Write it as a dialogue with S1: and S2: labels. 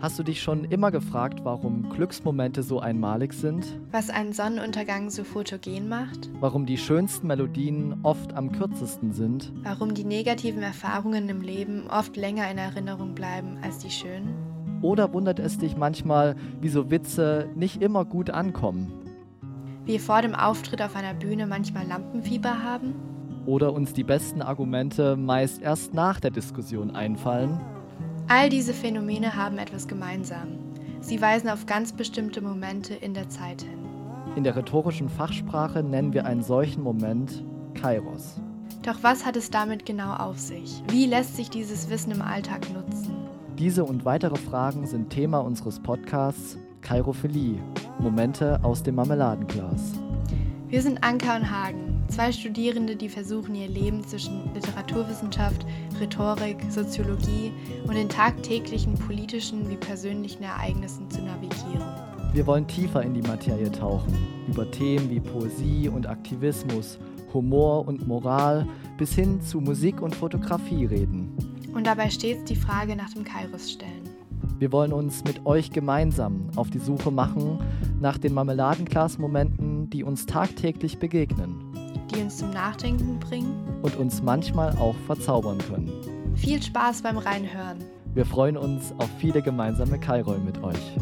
S1: Hast du dich schon immer gefragt, warum Glücksmomente so einmalig sind?
S2: Was einen Sonnenuntergang so fotogen macht?
S1: Warum die schönsten Melodien oft am kürzesten sind?
S2: Warum die negativen Erfahrungen im Leben oft länger in Erinnerung bleiben als die schönen?
S1: Oder wundert es dich manchmal, wieso Witze nicht immer gut ankommen?
S2: Wir vor dem Auftritt auf einer Bühne manchmal Lampenfieber haben?
S1: Oder uns die besten Argumente meist erst nach der Diskussion einfallen?
S2: All diese Phänomene haben etwas gemeinsam. Sie weisen auf ganz bestimmte Momente in der Zeit hin.
S1: In der rhetorischen Fachsprache nennen wir einen solchen Moment Kairos.
S2: Doch was hat es damit genau auf sich? Wie lässt sich dieses Wissen im Alltag nutzen?
S1: Diese und weitere Fragen sind Thema unseres Podcasts Kairophilie, Momente aus dem Marmeladenglas.
S2: Wir sind Anka und Hagen, zwei Studierende, die versuchen, ihr Leben zwischen Literaturwissenschaft, Rhetorik, Soziologie und den tagtäglichen politischen wie persönlichen Ereignissen zu navigieren.
S1: Wir wollen tiefer in die Materie tauchen, über Themen wie Poesie und Aktivismus, Humor und Moral bis hin zu Musik und Fotografie reden.
S2: Und dabei stets die Frage nach dem Kairos stellen.
S1: Wir wollen uns mit euch gemeinsam auf die Suche machen nach den Marmeladenglas-Momenten, die uns tagtäglich begegnen
S2: die uns zum Nachdenken bringen.
S1: und uns manchmal auch verzaubern können.
S2: Viel Spaß beim Reinhören!
S1: Wir freuen uns auf viele gemeinsame Kairäume mit euch.